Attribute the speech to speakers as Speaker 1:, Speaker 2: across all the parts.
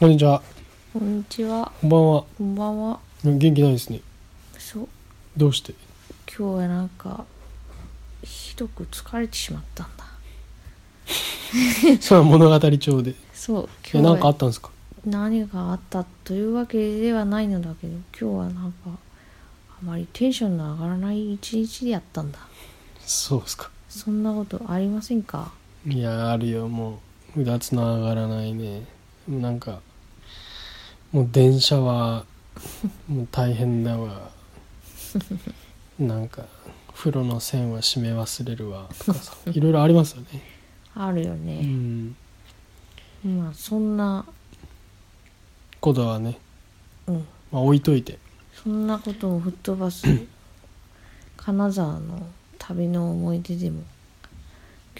Speaker 1: こんにちは。
Speaker 2: こんにちは。
Speaker 1: こんばんは。
Speaker 2: こんばんは。
Speaker 1: 元気ないですね。
Speaker 2: そう、
Speaker 1: どう して
Speaker 2: 今日はなんか。ひどく疲れてしまったんだ。
Speaker 1: それは物語調で。い
Speaker 2: そう、
Speaker 1: や、
Speaker 2: 今日
Speaker 1: な
Speaker 2: は
Speaker 1: んかあったんですか
Speaker 2: 何があったというわけではないのだけど、今日はなんか。あまりテンションの上がらない一日でやったんだ。
Speaker 1: そうですか。
Speaker 2: そんなことありませんか。
Speaker 1: いや、あるよ、もう。うだつの上がらないね。なんか、もう電車 は、もう大変だわ。なんか、風呂の栓は閉め忘れるわ。とか さ、いろいろありますよね。
Speaker 2: あるよ
Speaker 1: う
Speaker 2: ね。
Speaker 1: ん。
Speaker 2: まあ、そんな。
Speaker 1: ことはね、
Speaker 2: うん。
Speaker 1: まあ置いといて。
Speaker 2: そんなことを吹っ飛 ばす。金沢の旅の思い出でも。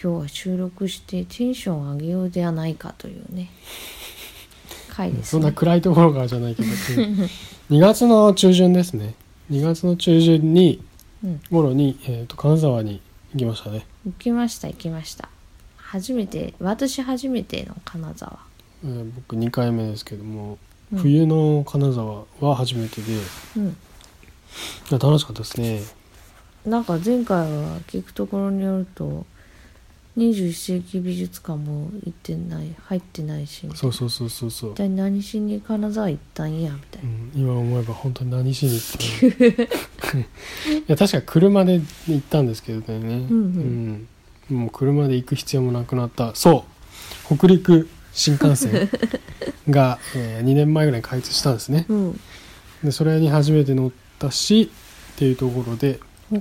Speaker 2: 今日は収録してテンション上げようではないかというね。回です
Speaker 1: そんな
Speaker 2: ね。
Speaker 1: 暗いところからじゃないけど、2月の中旬ですね2月の中旬に
Speaker 2: うん。
Speaker 1: 頃に、えー、と金沢に行きましたね、
Speaker 2: 行きました行きました。初めて私初めての金沢。
Speaker 1: えー僕2回目ですけども、
Speaker 2: うん
Speaker 1: 冬の金沢は初めてでい
Speaker 2: うん。
Speaker 1: や楽しかったですね
Speaker 2: なんか前回は聞くところによると。21世紀美術館も行ってない入ってないし
Speaker 1: そうそうそうそうそう
Speaker 2: 一、体何しに金沢行ったんやみたいうな、
Speaker 1: ん、今思えば本当に何しに行った のいや確か車で行ったんですけどね、
Speaker 2: うん
Speaker 1: うんもう車で行く必要もなくなったそう北陸新幹 線が、え2年前ぐらいに開通したんですね、
Speaker 2: うん、
Speaker 1: でそれに初めて乗ったしっていうところで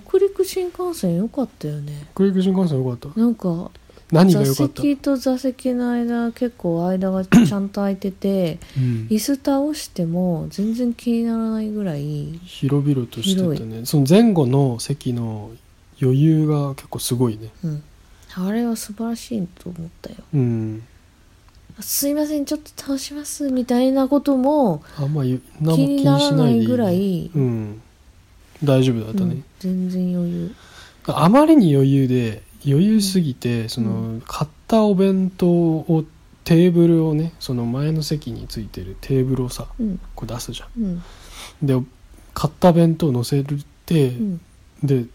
Speaker 2: 北陸新幹線良かったよね
Speaker 1: 北陸新幹線よかった
Speaker 2: なんか
Speaker 1: 何が
Speaker 2: 座
Speaker 1: 良かった、
Speaker 2: 席と座席の間結構間がちゃんと空いてて
Speaker 1: うん
Speaker 2: 椅子倒しても全然気にならないぐらい
Speaker 1: 広々としてたねその前後の席の余裕が結構すごいね
Speaker 2: うんあれは素晴らしいと思ったよ
Speaker 1: うん
Speaker 2: 「すいませんちょっと倒します」みたいなことも
Speaker 1: あんまゆ何も
Speaker 2: 気にならないぐら
Speaker 1: 気にし
Speaker 2: い
Speaker 1: ないでいいうん大丈夫だった
Speaker 2: う
Speaker 1: ね
Speaker 2: ん、全然余裕
Speaker 1: あまりに余裕で余裕すぎてその、
Speaker 2: う
Speaker 1: 買ったお弁当をテーブルをねその前の席についてるテーブルをさ
Speaker 2: うん
Speaker 1: こう出すじゃ
Speaker 2: うん
Speaker 1: んで買った弁当乗せるって、
Speaker 2: うん
Speaker 1: で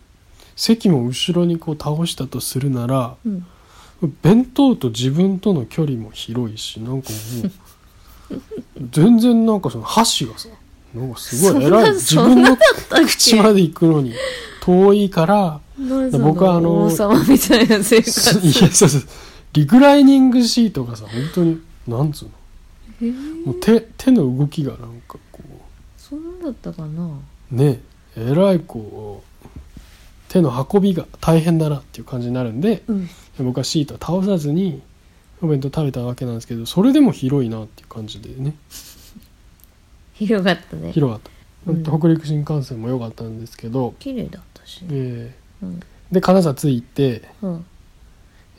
Speaker 1: 席も後ろにこう倒したとするなら
Speaker 2: うん
Speaker 1: 弁当と自分との距離も広いしなんか もう全然なんかその箸がさなんかすごい偉い自
Speaker 2: そんな
Speaker 1: 分の
Speaker 2: だっ
Speaker 1: 口まで行くのに遠いから
Speaker 2: 何そ
Speaker 1: 僕はあの
Speaker 2: 王様みたいな生
Speaker 1: す
Speaker 2: 活
Speaker 1: いや そうそうリクライニングシートがさ本当になんつうの
Speaker 2: えー
Speaker 1: もう手手の動きがなんかこ
Speaker 2: そんなだったかな
Speaker 1: うねえらいこう手の運びが大変だなっていう感じになるんで。
Speaker 2: うん
Speaker 1: 僕はシートは倒さずにお弁当食べたわけなんですけどそれでも広いなっていう感じでね
Speaker 2: 広がったね
Speaker 1: 広かった
Speaker 2: う
Speaker 1: 本
Speaker 2: ん
Speaker 1: 当北陸新幹線も良かったんですけど、
Speaker 2: 綺麗だったしね
Speaker 1: え
Speaker 2: うん
Speaker 1: ーで金沢着いて、
Speaker 2: うん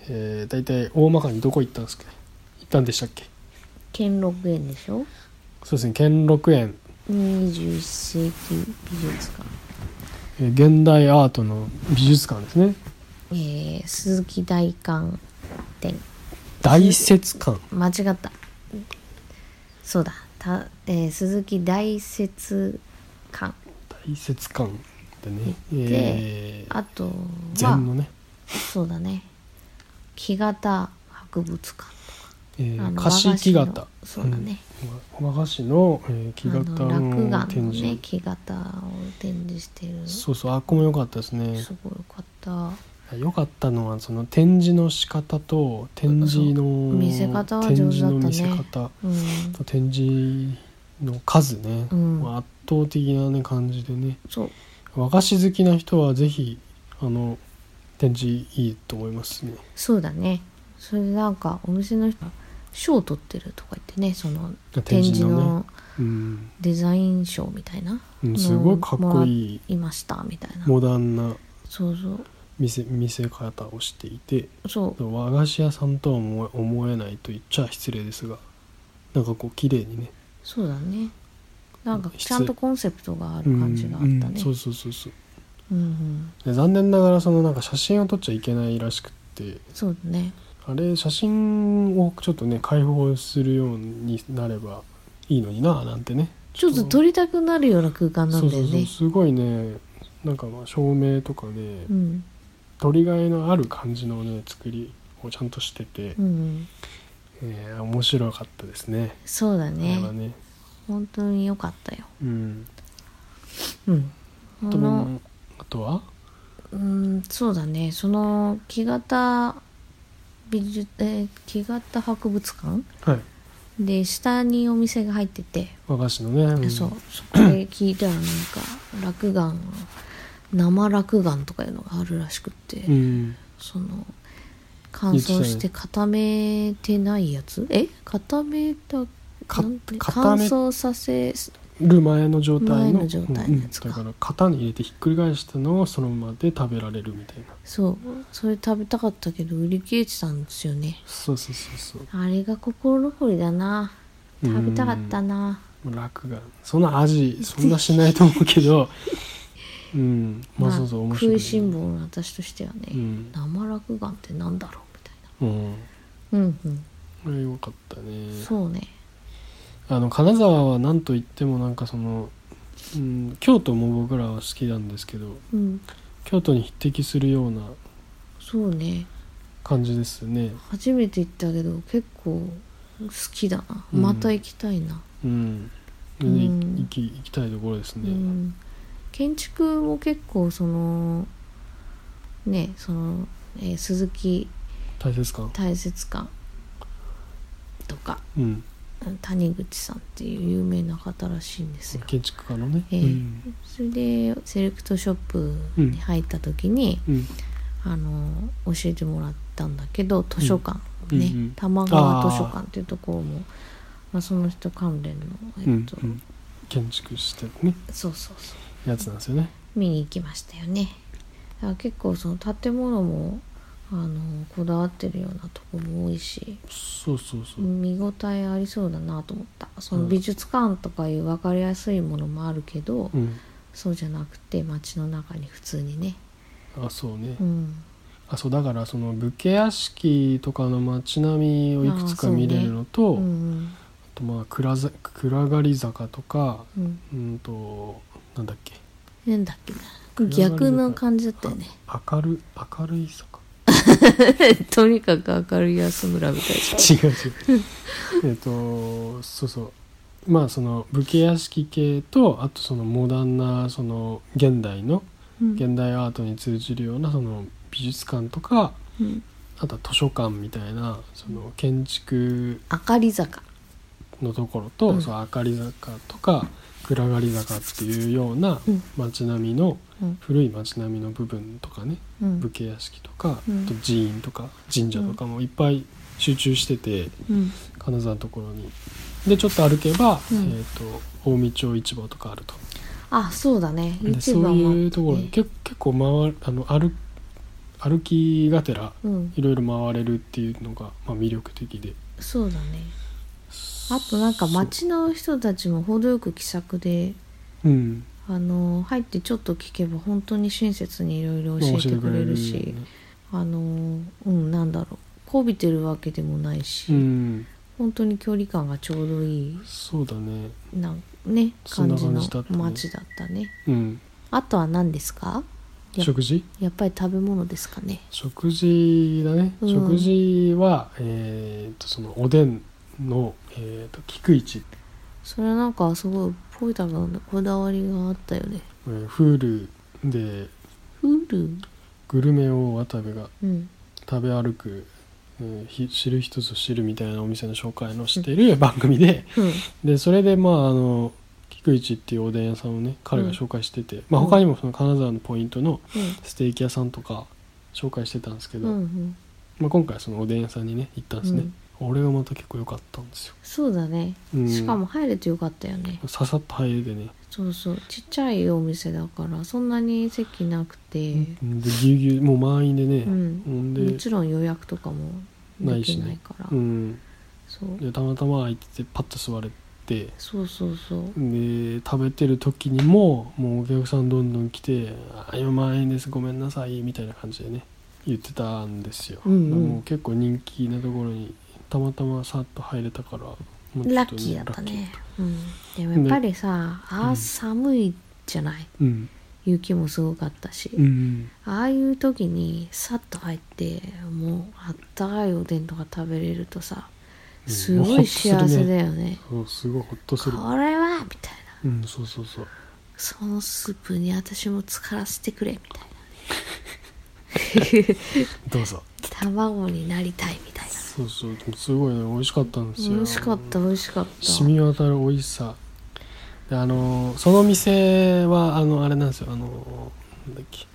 Speaker 1: えー、大体大まかにどこ行ったんですか行ったんでしたっけ
Speaker 2: 兼六園でしょ
Speaker 1: そうですね兼六園、
Speaker 2: 21世紀美術館
Speaker 1: えー現代アートの美術館ですね
Speaker 2: えー、鈴木大観展
Speaker 1: 大雪館
Speaker 2: 間違ったそうだた、えー鈴木大雪館
Speaker 1: 大雪館でね
Speaker 2: 行って
Speaker 1: えー
Speaker 2: あと
Speaker 1: 禅
Speaker 2: は
Speaker 1: のね、
Speaker 2: そうだね木型博物館
Speaker 1: えー
Speaker 2: あの
Speaker 1: 菓子木
Speaker 2: 和
Speaker 1: 型
Speaker 2: 菓子のそうだね、
Speaker 1: 和菓子の、えー木
Speaker 2: あ
Speaker 1: 型
Speaker 2: の
Speaker 1: の
Speaker 2: 落眼の
Speaker 1: 展示
Speaker 2: ね木型を展示してるす
Speaker 1: そうそうあっこも良かったですね
Speaker 2: ごいよかった
Speaker 1: 良かったのはその展示の仕方と展示の
Speaker 2: 見せ方は上
Speaker 1: 展
Speaker 2: 手だったね
Speaker 1: 示の見せ方
Speaker 2: うん
Speaker 1: と展示の数ね、
Speaker 2: うん
Speaker 1: まあ圧倒的な、ね、感じでね
Speaker 2: そう
Speaker 1: 和菓子好きな人はぜひあの展示いいと思いますね
Speaker 2: そうだねそれでなんかお店の人が賞を取ってるとか言ってねその展示
Speaker 1: ね
Speaker 2: の
Speaker 1: うん、
Speaker 2: デザイン賞みたいな
Speaker 1: うんすごいかっこいい
Speaker 2: いましたみたいな
Speaker 1: モダンな
Speaker 2: そうそう
Speaker 1: 見せ見せ方をしていて
Speaker 2: そう
Speaker 1: 和菓子屋さんとは思え思えないと言っちゃ失礼ですがなんかこう綺麗にね
Speaker 2: そうだねなんか
Speaker 1: 質
Speaker 2: ちゃんとコンセプトがある感じがあった
Speaker 1: うんうん
Speaker 2: ね
Speaker 1: そうそうそうそう
Speaker 2: うんうん
Speaker 1: で残念ながらそのなんか写真を撮っちゃいけないらしくって
Speaker 2: そうだね
Speaker 1: ああれ写真をちょっとね開放するようになればいいのにななんてね
Speaker 2: ちょっと撮りたくなるような空間な
Speaker 1: そ
Speaker 2: ん
Speaker 1: う
Speaker 2: だ
Speaker 1: そ
Speaker 2: よ
Speaker 1: うそう
Speaker 2: ね
Speaker 1: すごいねなんかまあ照明とかね
Speaker 2: うん
Speaker 1: 鳥りがいのある感じのね作りをちゃんとしてて、
Speaker 2: うんうん
Speaker 1: えー面白かったですね
Speaker 2: そう
Speaker 1: あ
Speaker 2: だ
Speaker 1: れ
Speaker 2: ね
Speaker 1: はね
Speaker 2: 本当に良かったよ
Speaker 1: うん
Speaker 2: うんこ
Speaker 1: あと
Speaker 2: の
Speaker 1: もあとは
Speaker 2: うんそうだねその木型美術、えー木型博物館
Speaker 1: はい
Speaker 2: で下にお店が入ってて、
Speaker 1: 和菓子のね、うん
Speaker 2: そうそこで聞いたらなんか落眼生落眼とかいうのがあるらしくって、
Speaker 1: うん
Speaker 2: その乾燥して固めてないやつえ固めた
Speaker 1: か
Speaker 2: なんて
Speaker 1: 固
Speaker 2: 乾
Speaker 1: め
Speaker 2: 燥させ
Speaker 1: る前の状態
Speaker 2: 前
Speaker 1: の
Speaker 2: の状態のやつか
Speaker 1: うんだから型に入れてひっくり返したのをそのままで食べられるみたいな
Speaker 2: そうそれ食べたかったけど売り切れてたんですよね
Speaker 1: そうそうそうそう
Speaker 2: あれが心残りだな食べたかったな
Speaker 1: 楽がそんな 味そんなしないと思うけどうんまあそうそう面白い、
Speaker 2: 食いしん坊の私としてはね、
Speaker 1: うん
Speaker 2: 生落眼ってなんだろうみたいな
Speaker 1: うん
Speaker 2: うんうん
Speaker 1: これ良かったね
Speaker 2: そうね
Speaker 1: あの金沢は何と言ってもなんかその、うん、京都も僕らは好きなんですけど
Speaker 2: うん
Speaker 1: 京都に匹敵するような
Speaker 2: そうね
Speaker 1: 感じですね
Speaker 2: 初めて行ったけど結構好きだな、
Speaker 1: うん
Speaker 2: また行きたいな、
Speaker 1: うんで
Speaker 2: うん
Speaker 1: 行き行きたいところです
Speaker 2: う
Speaker 1: ね、
Speaker 2: ん、建築も結構そのねその、えー鈴木
Speaker 1: 大切感
Speaker 2: 大雪館とか
Speaker 1: うん
Speaker 2: うん谷口さんっていう有名な方らしいんですよ
Speaker 1: 建築家のね、
Speaker 2: ええ
Speaker 1: うん
Speaker 2: それでセレクトショップに入った時に、
Speaker 1: うん
Speaker 2: あの教えてもらったんだけど図書館
Speaker 1: うん
Speaker 2: ね、
Speaker 1: うんうん
Speaker 2: 玉川図書館っていうところもまあ、その人関連の、え
Speaker 1: う
Speaker 2: っ
Speaker 1: ん
Speaker 2: と
Speaker 1: うん建築してね
Speaker 2: そうそうそう
Speaker 1: やつなんですよね
Speaker 2: 見に行きましたよねだから結構その建物もあのこだわってるようなとこも多いし
Speaker 1: そうそうそう、
Speaker 2: 見応えありそうだなと思ったその
Speaker 1: うん
Speaker 2: 美術館とかいう分かりやすいものもあるけど、
Speaker 1: うん
Speaker 2: そうじゃなくて街の中に普通にね
Speaker 1: あそうね、
Speaker 2: うん
Speaker 1: あそうだからその武家屋敷とかの街並みをいくつか見れるのと
Speaker 2: う
Speaker 1: あ,、
Speaker 2: ん
Speaker 1: とまあ暗ざ暗がり坂とか
Speaker 2: うん
Speaker 1: うんとなんだっけ
Speaker 2: なんだっけな
Speaker 1: 暗がり坂
Speaker 2: 逆の感じだったよね
Speaker 1: 明る明るい坂
Speaker 2: とにかく明るい安村みたいな
Speaker 1: 違う違 うえっとそうそうまあその武家屋敷系とあとそのモダンなその現代の
Speaker 2: うん
Speaker 1: 現代アートに通じるようなその美術館とか
Speaker 2: うん
Speaker 1: あとは図書館みたいなその建築
Speaker 2: 明かり坂
Speaker 1: のところと、
Speaker 2: うん
Speaker 1: その明かり坂とか暗がり坂っていうような
Speaker 2: うん
Speaker 1: 街並みの、
Speaker 2: うん
Speaker 1: 古い街並みの部分とかね、
Speaker 2: うん
Speaker 1: 武家屋敷とか、
Speaker 2: うん
Speaker 1: あと寺院とか神社とかもいっぱい集中してて、
Speaker 2: うん
Speaker 1: 金沢のところに。でちょっと歩けば、
Speaker 2: うん
Speaker 1: えー、と近江町市場とかあると
Speaker 2: あそうだね
Speaker 1: で
Speaker 2: YouTube
Speaker 1: そういうところ
Speaker 2: に
Speaker 1: に結結構回るあの歩歩きがてら
Speaker 2: うん
Speaker 1: いろいろ回れるっていうのが、まあ、魅力的で
Speaker 2: そうだねあとなんか街の人たちも程よく気さくで
Speaker 1: うん
Speaker 2: あの入ってちょっと聞けば本当に親切にいろいろ
Speaker 1: まあ
Speaker 2: 教え
Speaker 1: 教
Speaker 2: てくれるし、
Speaker 1: ね
Speaker 2: あのうんなんだろうこびてるわけでもないし、
Speaker 1: うん
Speaker 2: 本当に距離感がちょうどいい
Speaker 1: そうだね
Speaker 2: なんね
Speaker 1: そん
Speaker 2: 感
Speaker 1: な
Speaker 2: じ
Speaker 1: 感じだっ
Speaker 2: の
Speaker 1: たね
Speaker 2: 街だったね
Speaker 1: うん
Speaker 2: あとは何ですかや
Speaker 1: 食事
Speaker 2: やっぱり食べ物ですかね
Speaker 1: 食事だね、
Speaker 2: うん
Speaker 1: 食事はえー、とそのおでんの、えー、と菊市、
Speaker 2: それはなんかすごいポイタのこだわりがあったよね
Speaker 1: えー、フールで
Speaker 2: フル
Speaker 1: グルメを渡部が
Speaker 2: うん
Speaker 1: 食べ歩く、えーひ知る人ぞ知るみたいなお店の紹介のして る番組で、
Speaker 2: うん
Speaker 1: でそれでまああの菊市っていうおでん屋さんをね彼が紹介してて、まあ、
Speaker 2: うん
Speaker 1: 他にもその金沢のポイントのステーキ屋さんとか紹介してたんですけ
Speaker 2: うんう
Speaker 1: ど、
Speaker 2: んうん
Speaker 1: まあ、今回そのおでん屋さんにね行ったんですね、俺がまた結構良かったんですよ、
Speaker 2: そうだね
Speaker 1: うん
Speaker 2: しかも入れてよかったよね
Speaker 1: ささっと入れてね、
Speaker 2: そうそうちっちゃいお店だからそんなに席なくて
Speaker 1: うんでぎゅうぎゅうもう満員でね、
Speaker 2: うん
Speaker 1: ほん
Speaker 2: も
Speaker 1: で
Speaker 2: ちろん予約とかもできないから
Speaker 1: うん
Speaker 2: そう
Speaker 1: でたまたま空いててパッと座れて
Speaker 2: そうそうそう
Speaker 1: で食べてる時にももうお客さんどんどん来て「あ今満員ですごめんなさい」みたいな感じでね言ってたんですよ、
Speaker 2: うんうん
Speaker 1: も結構人気なところにたまたまさっと入れたからもうちょっとね
Speaker 2: ラッキーだったねうんでもやっぱりさあー寒いじゃない
Speaker 1: うん
Speaker 2: 雪もすごかったし、
Speaker 1: うん
Speaker 2: ああいう時にさっと入ってもうあったかいおでんとか食べれるとさ
Speaker 1: うん
Speaker 2: すごい幸せだよね,、
Speaker 1: そうすごいホッとする
Speaker 2: これはみたいな
Speaker 1: うんそうそうそう
Speaker 2: そのスープに私も浸からせてくれみたい
Speaker 1: どうぞ
Speaker 2: な卵になりたいみたいな
Speaker 1: そうそうでもすごいね美味しかったんですよ
Speaker 2: 美味しかった美味しかった
Speaker 1: 染み渡る美味しさであのその店はあのあれなんですよあのなんだっけ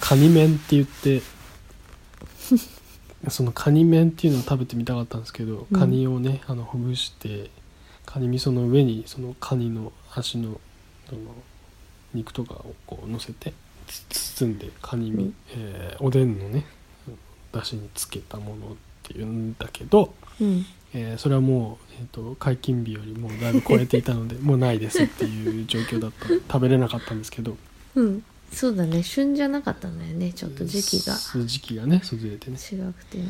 Speaker 1: カニ麺って言って そのカニ麺っていうのを食べてみたかったんですけど
Speaker 2: うん
Speaker 1: カニをね、あのほぐしてカニ味噌の上にそのカニの足のその肉とかをこう乗せてつ包んでカニ身、
Speaker 2: うん
Speaker 1: えーおでんのねだしにつけたものっていうんだけど、
Speaker 2: うん
Speaker 1: えーそれはもう、えー、と解禁日よりもだいぶ超えていた のでもうないですっていう状況だったので食べれなかったんですけど
Speaker 2: うんそうだね旬じゃなかったんだよねちょっと時期が
Speaker 1: そう時期がねそうずれてね
Speaker 2: 違くてね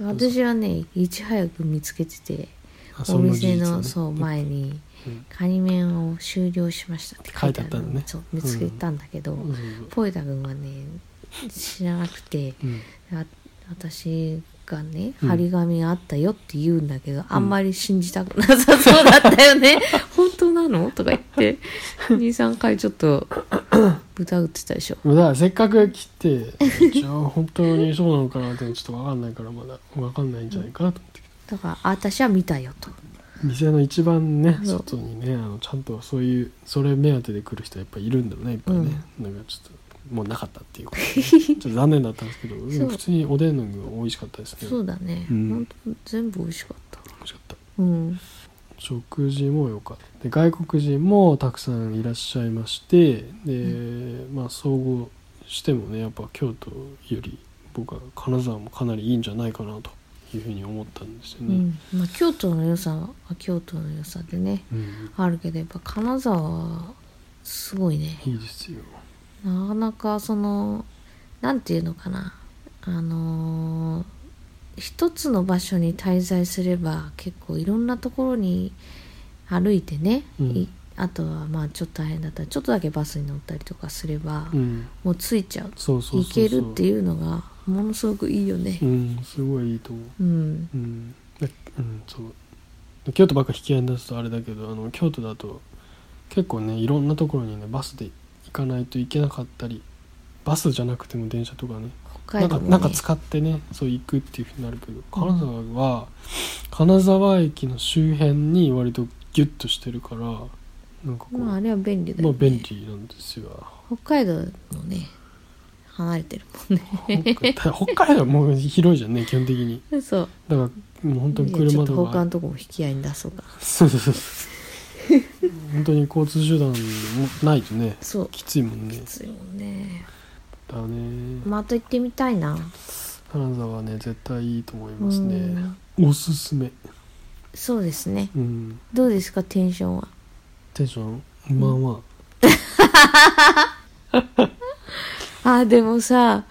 Speaker 2: 私はねいち早く見つけてて
Speaker 1: あ
Speaker 2: お
Speaker 1: の
Speaker 2: 店
Speaker 1: 事実
Speaker 2: の
Speaker 1: をね
Speaker 2: そう前に
Speaker 1: うん
Speaker 2: 「カニ面を終了しました」って書いてある
Speaker 1: 書いてあったのね
Speaker 2: そう見つけたんだけど、
Speaker 1: そうそうそう
Speaker 2: ポイタ君はね知らなくて
Speaker 1: うん
Speaker 2: あ私がね
Speaker 1: うん
Speaker 2: 張り紙があったよって言うんだけど、あんまり信じたくなさそうだったよね「本当なの?」とか言って23回ちょっと疑ってたでしょ
Speaker 1: もうだからせっかく来てじゃあ本当にそうなのかなってちょっと分かんないからまだ分かんないんじゃないかなと思って
Speaker 2: だからあ私は見たよと
Speaker 1: 店の一番ね
Speaker 2: そう
Speaker 1: 外にねあのちゃんとそういうそれ目当てで来る人はやっぱいるんだろうねいっぱいね、なんかちょっともうなかったっていうことでね ちょっと残念だったんですけどうん
Speaker 2: そう
Speaker 1: 普通におでんの具が美味しかったですね
Speaker 2: そうだね、
Speaker 1: う
Speaker 2: ほ
Speaker 1: ん
Speaker 2: ん、本当全部美味しかった
Speaker 1: 美味しかった
Speaker 2: うん
Speaker 1: 食事も良かったで外国人もたくさんいらっしゃいましてで、まあ総合してもねやっぱ京都より僕は金沢もかなりいいんじゃないかなというふうに思ったんですよ
Speaker 2: う
Speaker 1: ね。
Speaker 2: んまあ、京都の良さは京都の良さでね
Speaker 1: うん
Speaker 2: あるけどやっぱ金沢はすごいね
Speaker 1: いいですよ。
Speaker 2: なかなかそのなんていうのかなあのー一つの場所に滞在すれば結構いろんなところに歩いてね、
Speaker 1: うん
Speaker 2: いあとはまあちょっと大変だったらちょっとだけバスに乗ったりとかすれば、
Speaker 1: うん、
Speaker 2: もう着いちゃう
Speaker 1: そうそうそう
Speaker 2: 行
Speaker 1: そう
Speaker 2: けるっていうのがものすごくいいよね。
Speaker 1: うん、すごいいいと思う。
Speaker 2: うん
Speaker 1: うん、でうん、そう京都ばっか引き合いに出すとあれだけどあの京都だと結構ねいろんなところにねバスで行かないといけなかったりバスじゃなくても電車とかねな
Speaker 2: 北海
Speaker 1: んか
Speaker 2: 道も、ね、
Speaker 1: なんか使ってねそう行くっていうふうになるけど金沢は、金沢駅の周辺に割とギュッとしてるからなんかこう、
Speaker 2: まあ
Speaker 1: ま
Speaker 2: あ
Speaker 1: あ
Speaker 2: れは便利だよね。
Speaker 1: 便利なんですよ
Speaker 2: 北海道もね離れてるもん
Speaker 1: 北
Speaker 2: ね
Speaker 1: 海道北海道はもう広いじゃんね基本的に
Speaker 2: そう
Speaker 1: だからもう本当に
Speaker 2: ちょ
Speaker 1: 車
Speaker 2: っと
Speaker 1: と
Speaker 2: 他
Speaker 1: か
Speaker 2: のとこも引き合いに出そうか
Speaker 1: そうそうそうそう本当に交通手段もないとね
Speaker 2: そうき
Speaker 1: きついもんね
Speaker 2: ついもんね
Speaker 1: だね
Speaker 2: また行ってみたいな
Speaker 1: 金沢はね絶対いいと思います
Speaker 2: う
Speaker 1: ね
Speaker 2: ん
Speaker 1: おすすめ
Speaker 2: そうですね
Speaker 1: うん
Speaker 2: どうですかテンションは
Speaker 1: テンションまあまあ
Speaker 2: あでもさ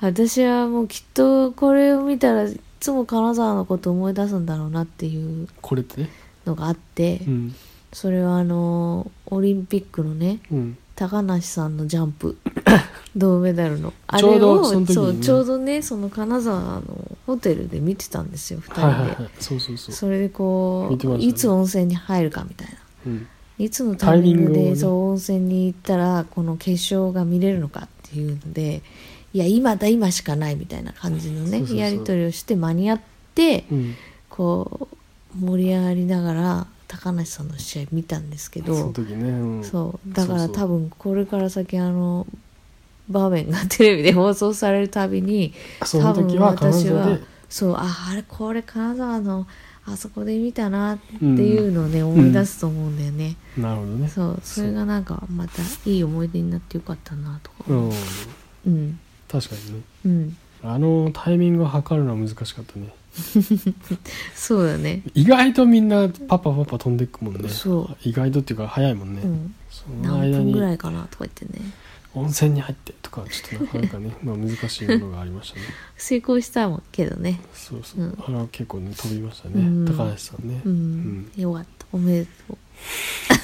Speaker 2: 私はもうきっとこれを見たらいつも金沢のこと思い出すんだろうなっていう
Speaker 1: これってね
Speaker 2: のがあって、
Speaker 1: うん
Speaker 2: それはあのーオリンピックのね
Speaker 1: うん
Speaker 2: 高梨さんのジャン プ銅メダルのあ
Speaker 1: ちょう
Speaker 2: れ
Speaker 1: ど
Speaker 2: を
Speaker 1: その時にね
Speaker 2: うちょうどねその金沢のホテルで見てたんですよ2人で、
Speaker 1: はいはいはいそうそうそう
Speaker 2: それでこ
Speaker 1: 見てま
Speaker 2: う、
Speaker 1: したね
Speaker 2: いつ温泉に入るかみたいな
Speaker 1: うん
Speaker 2: いつのタイミング
Speaker 1: タイミングを
Speaker 2: で
Speaker 1: ね
Speaker 2: そう温泉に行ったらこの結晶が見れるのかっていうのでいや今だ今しかないみたいな感じの
Speaker 1: そう
Speaker 2: ね
Speaker 1: そうそう
Speaker 2: やり取りをして間に合って
Speaker 1: うん
Speaker 2: こう盛り上がりながら高梨さんの試合見たんですけ
Speaker 1: その
Speaker 2: ど
Speaker 1: 時ねうん
Speaker 2: そうだから
Speaker 1: そうそう
Speaker 2: 多分これから先あの場面がテレビで放送されるたびに
Speaker 1: その時は
Speaker 2: 多分
Speaker 1: 金
Speaker 2: 私
Speaker 1: 沢
Speaker 2: は
Speaker 1: で
Speaker 2: そうああれこれ金沢のあそこで見たなっていうのをね、思い出すと思うんだよね、
Speaker 1: なるほどね
Speaker 2: そうそれがなんかまたいい思い出になってよかったなとか
Speaker 1: うん
Speaker 2: うん
Speaker 1: 確かにね
Speaker 2: うん
Speaker 1: あのタイミングを測るのは難しかったね
Speaker 2: そうだね
Speaker 1: 意外とみんなパパパパ飛んでいくもんね
Speaker 2: そう
Speaker 1: 意外とっていうか早いもんね
Speaker 2: うん
Speaker 1: その
Speaker 2: 何
Speaker 1: 間
Speaker 2: 分
Speaker 1: に
Speaker 2: ぐらいかなとか言ってね
Speaker 1: 温泉に入ってとかはちょっとなかなか ねまあ難しいものがありましたね
Speaker 2: 成功したもんけどね
Speaker 1: そうそう、
Speaker 2: うん
Speaker 1: あれは結構ね飛びましたね、
Speaker 2: うん
Speaker 1: 高橋さんね、
Speaker 2: うん、よかったおめでとう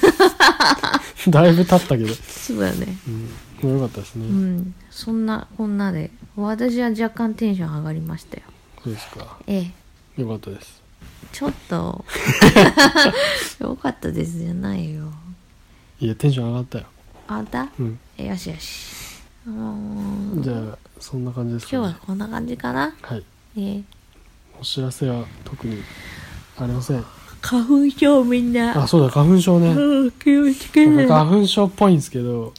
Speaker 1: だいぶ経ったけど、
Speaker 2: そうだね
Speaker 1: うん、よかったですね、
Speaker 2: うんそんなこんなで私は若干テンション上がりましたよ
Speaker 1: そうですか
Speaker 2: ええ
Speaker 1: よかったです
Speaker 2: ちょっ とよかったですじゃないよ
Speaker 1: いやテンション上がったよ、
Speaker 2: あんた
Speaker 1: うん、
Speaker 2: よしよしうーん
Speaker 1: じゃ
Speaker 2: 今
Speaker 1: あそんな感じです
Speaker 2: 日
Speaker 1: か、ね、
Speaker 2: はこんな感じかな
Speaker 1: はい
Speaker 2: ええ
Speaker 1: お知らせは特にありません
Speaker 2: 花粉症みんな
Speaker 1: あそうだ花粉症ね
Speaker 2: うん気をつけ
Speaker 1: な
Speaker 2: なん
Speaker 1: か花粉症っぽいんですけど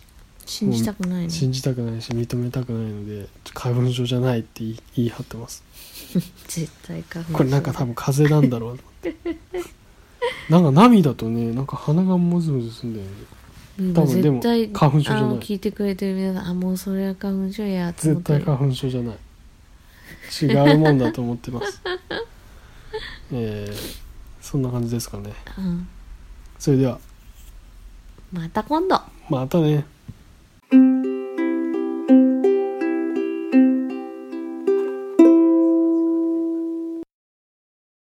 Speaker 2: 信じたくないね
Speaker 1: 信じたくないし認めたくないのでちょ花粉症じゃないって言い言い張ってます
Speaker 2: 絶対花粉症
Speaker 1: これなんか多分風邪なんだろうと思ってなんか涙とねなんか鼻がもずもずすんだよね
Speaker 2: 今
Speaker 1: 多分でも
Speaker 2: 絶対
Speaker 1: 花粉症じゃない
Speaker 2: あの聞いてくれてる皆さんあもうそれは花粉症やと思
Speaker 1: 絶
Speaker 2: ってる
Speaker 1: 対花粉症じゃない違うもんだと思ってますえー、そんな感じですかね
Speaker 2: うん
Speaker 1: それでは
Speaker 2: また今度
Speaker 1: またね
Speaker 3: 「